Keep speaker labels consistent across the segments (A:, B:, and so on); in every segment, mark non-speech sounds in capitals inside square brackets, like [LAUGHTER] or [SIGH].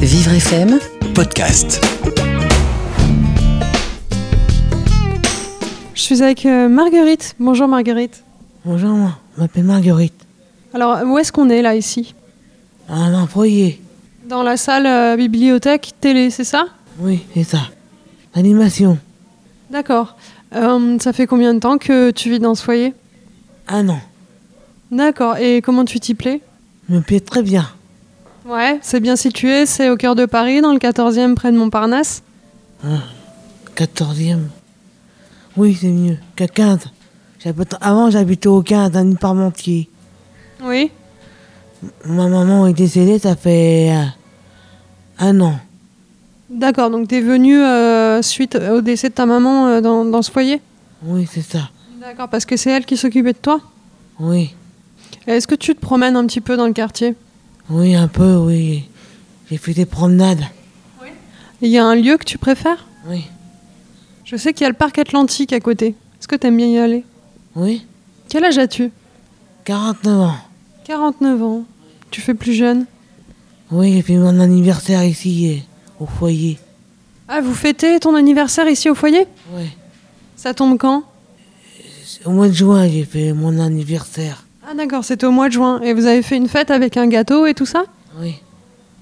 A: Vivre FM
B: Podcast.
C: Je suis avec euh, Marguerite. Bonjour Marguerite.
D: Bonjour, moi, je m'appelle Marguerite.
C: Alors, où est-ce qu'on est là ici
D: Un employé.
C: Dans la salle euh, bibliothèque télé, c'est ça
D: Oui, c'est ça. Animation.
C: D'accord. Euh, ça fait combien de temps que tu vis dans ce foyer
D: Ah non,
C: D'accord. Et comment tu t'y plais
D: je me plaît très bien.
C: Ouais, c'est bien situé, c'est au cœur de Paris, dans le 14e près de Montparnasse.
D: 14e. Oui, c'est mieux. Qu'à 15. J'habite- Avant, j'habitais au 15, à Nid-Parmentier.
C: Oui.
D: Ma maman est décédée, ça fait euh, un an.
C: D'accord. Donc, t'es venu euh, suite au décès de ta maman euh, dans, dans ce foyer
D: Oui, c'est ça.
C: D'accord, parce que c'est elle qui s'occupait de toi.
D: Oui,
C: Et Est-ce que tu te promènes un petit peu dans le quartier
D: oui, un peu, oui. J'ai fait des promenades.
C: Il y a un lieu que tu préfères
D: Oui,
C: Je sais qu'il y a le parc Atlantique à côté. Est-ce que t'aimes bien y aller
D: oui.
C: Quel âge as-tu
D: 49 ans.
C: 49 ans. Tu fais plus jeune.
D: Oui, j'ai fait mon anniversaire ici, euh, au foyer.
C: Ah, vous fêtez ton anniversaire ici au foyer
D: Oui.
C: Ça tombe quand
D: Au mois de juin, j'ai fait mon anniversaire.
C: Ah d'accord, c'était au mois de juin. Et vous avez fait une fête avec un gâteau et tout ça
D: Oui,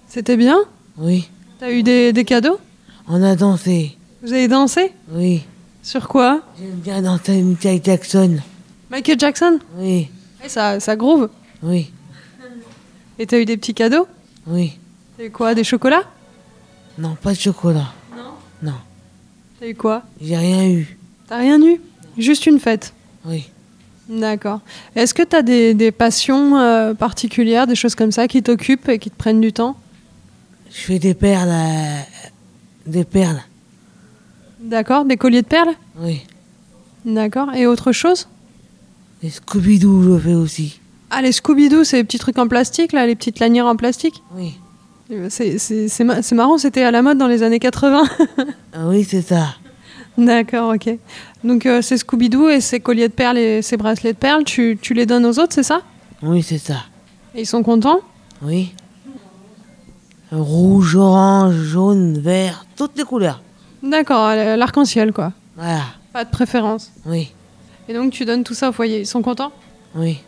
C: C'était bien
D: oui.
C: T'as eu des, des cadeaux
D: On a dansé.
C: Vous avez dansé
D: Oui.
C: Sur quoi
D: J'aime bien danser Michael Jackson.
C: Michael Jackson
D: Oui,
C: Eh, ça, ça groove.
D: oui,
C: Et t'as eu des petits cadeaux
D: oui.
C: T'as eu quoi Des chocolats
D: Non, pas de chocolat.
C: Non.
D: Non,
C: T'as eu quoi
D: j'ai rien eu.
C: T'as rien eu Juste une fête.
D: Oui.
C: D'accord. Est-ce que t'as des, des passions euh, particulières, des choses comme ça qui t'occupent et qui te prennent du temps
D: Je fais des perles. euh, des perles.
C: D'accord, des colliers de perles
D: Oui.
C: D'accord. Et autre chose
D: Des Scooby-Doo, je fais aussi.
C: Ah, les Scooby-Doo, c'est les petits trucs en plastique, là, les petites lanières en plastique.
D: Oui.
C: Euh, C'est c'est- c'est ma- c'est marrant, c'était à la mode dans les années 80.
D: Ah oui, c'est ça.
C: [LAUGHS] D'accord, ok. Donc, euh, ces Scooby-Doo et ces colliers de perles et ces bracelets de perles, tu, tu les donnes aux autres, c'est ça
D: Oui, c'est ça.
C: Et ils sont contents
D: Oui. Rouge, orange, jaune, vert, toutes les couleurs.
C: D'accord, euh, l'arc-en-ciel, quoi.
D: Voilà.
C: Pas de préférence.
D: Oui,
C: Et donc, tu donnes tout ça au foyer, ils sont contents
D: oui.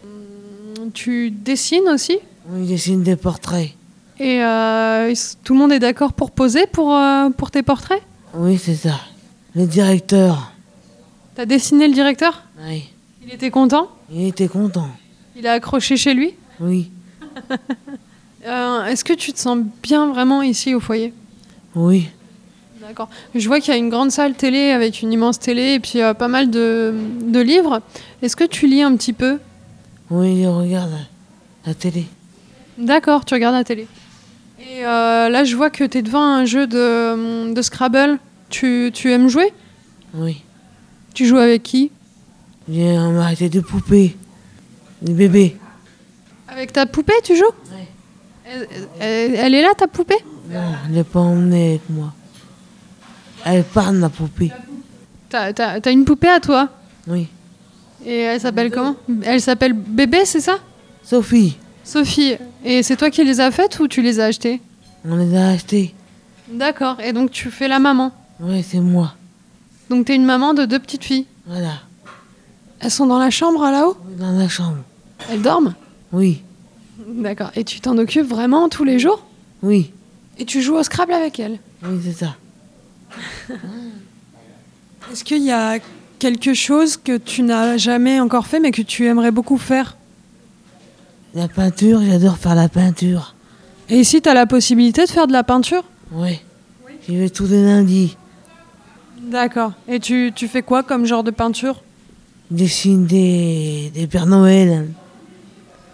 C: Tu dessines aussi
D: Oui, je dessine des portraits.
C: Et euh, ils s- tout le monde est d'accord pour poser pour, euh, pour tes portraits
D: Oui, c'est ça. Le directeur.
C: T'as dessiné le directeur
D: Oui.
C: Il était content
D: Il était content.
C: Il a accroché chez lui
D: Oui,
C: Euh, Est-ce que tu te sens bien vraiment ici au foyer
D: oui,
C: D'accord. Je vois qu'il y a une grande salle télé avec une immense télé et puis euh, pas mal de, de livres. Est-ce que tu lis un petit peu
D: oui, je regarde la, la télé.
C: D'accord, tu regardes la télé. Et euh, là, je vois que tu es devant un jeu de, de Scrabble. Tu, tu aimes jouer
D: Oui.
C: Tu joues avec qui
D: J'ai un mariage de poupées, des bébés.
C: Avec ta poupée, tu joues
D: Ouais.
C: Elle- elle- elle est là, ta poupée
D: Non, je l'ai pas emmené avec moi. Elle parle, la poupée.
C: T'as, t'as- t'as une poupée à toi
D: Oui.
C: Et elle s'appelle comment Elle s'appelle Bébé, c'est ça
D: Sophie,
C: Sophie. Et c'est toi qui les as faites ou tu les as achetées
D: on les a achetés.
C: D'accord. Et donc tu fais la maman.
D: Oui, c'est moi.
C: Donc t'es une maman de deux petites filles.
D: Voilà.
C: Elles sont dans la chambre là-haut
D: Dans la chambre.
C: Elles dorment
D: Oui,
C: D'accord. Et tu t'en occupes vraiment tous les jours
D: oui,
C: Et tu joues au Scrabble avec elles
D: oui, c'est ça.
C: Est-ce qu'il y a quelque chose que tu n'as jamais encore fait mais que tu aimerais beaucoup faire
D: La peinture, j'adore faire la peinture.
C: Et ici, t'as la possibilité de faire de la peinture
D: Oui. J'y vais tous les lundis.
C: D'accord. Et tu, tu fais quoi comme genre de peinture
D: Je Dessine des, des Pères Noël.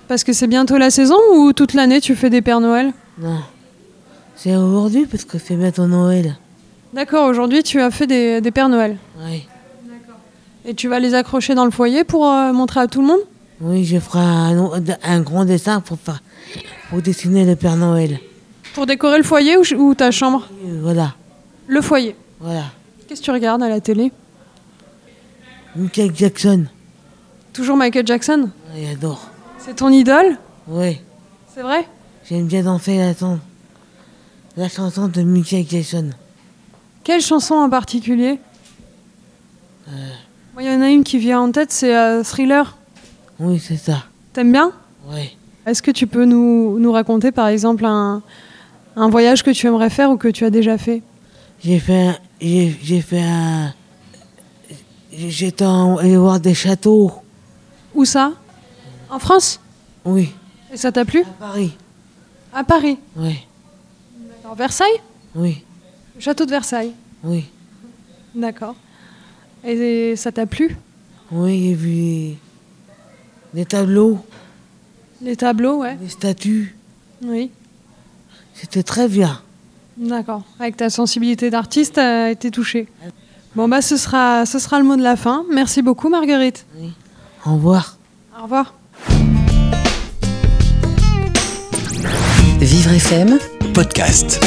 C: Parce que c'est bientôt la saison ou toute l'année tu fais des Pères Noël
D: Non. C'est aujourd'hui parce que c'est bientôt Noël.
C: D'accord, aujourd'hui tu as fait des, des Pères Noël.
D: Oui.
C: Et tu vas les accrocher dans le foyer pour euh, montrer à tout le monde
D: Oui, je ferai un, un grand dessin pour, faire, pour dessiner le Père Noël.
C: Pour décorer le foyer ou, ch- ou ta chambre
D: Et voilà,
C: Le foyer.
D: voilà.
C: Qu'est-ce que tu regardes à la télé
D: Michael Jackson.
C: Toujours Michael Jackson
D: Oui, J'adore.
C: C'est ton idole
D: Oui,
C: C'est vrai
D: j'aime bien danser la, son- la chanson de Michael Jackson.
C: Quelle chanson en particulier Moi, Il y en a une qui vient en tête, c'est euh, Thriller.
D: Oui, c'est ça.
C: T'aimes bien
D: Oui.
C: Est-ce que tu peux nous, nous raconter par exemple un, un voyage que tu aimerais faire ou que tu as déjà fait
D: J'ai fait. un- J'ai j'ai fait un. j'ai- J'étais en- allé voir des châteaux.
C: Où ça En France
D: Oui.
C: Et ça t'a plu
D: À Paris.
C: À Paris
D: Oui.
C: En Versailles
D: Oui.
C: Le Château de Versailles.
D: Oui.
C: D'accord. Et ça t'a plu
D: Oui, j'ai vu. Des tableaux,
C: Les tableaux, ouais.
D: des statues.
C: Oui.
D: C'était très bien.
C: D'accord. Avec ta sensibilité d'artiste, t'as été touchée. Bon, bah, ce sera, ce sera le mot de la fin. Merci beaucoup, Marguerite.
D: Au revoir.
C: Au revoir.
A: Vivre FM
B: podcast.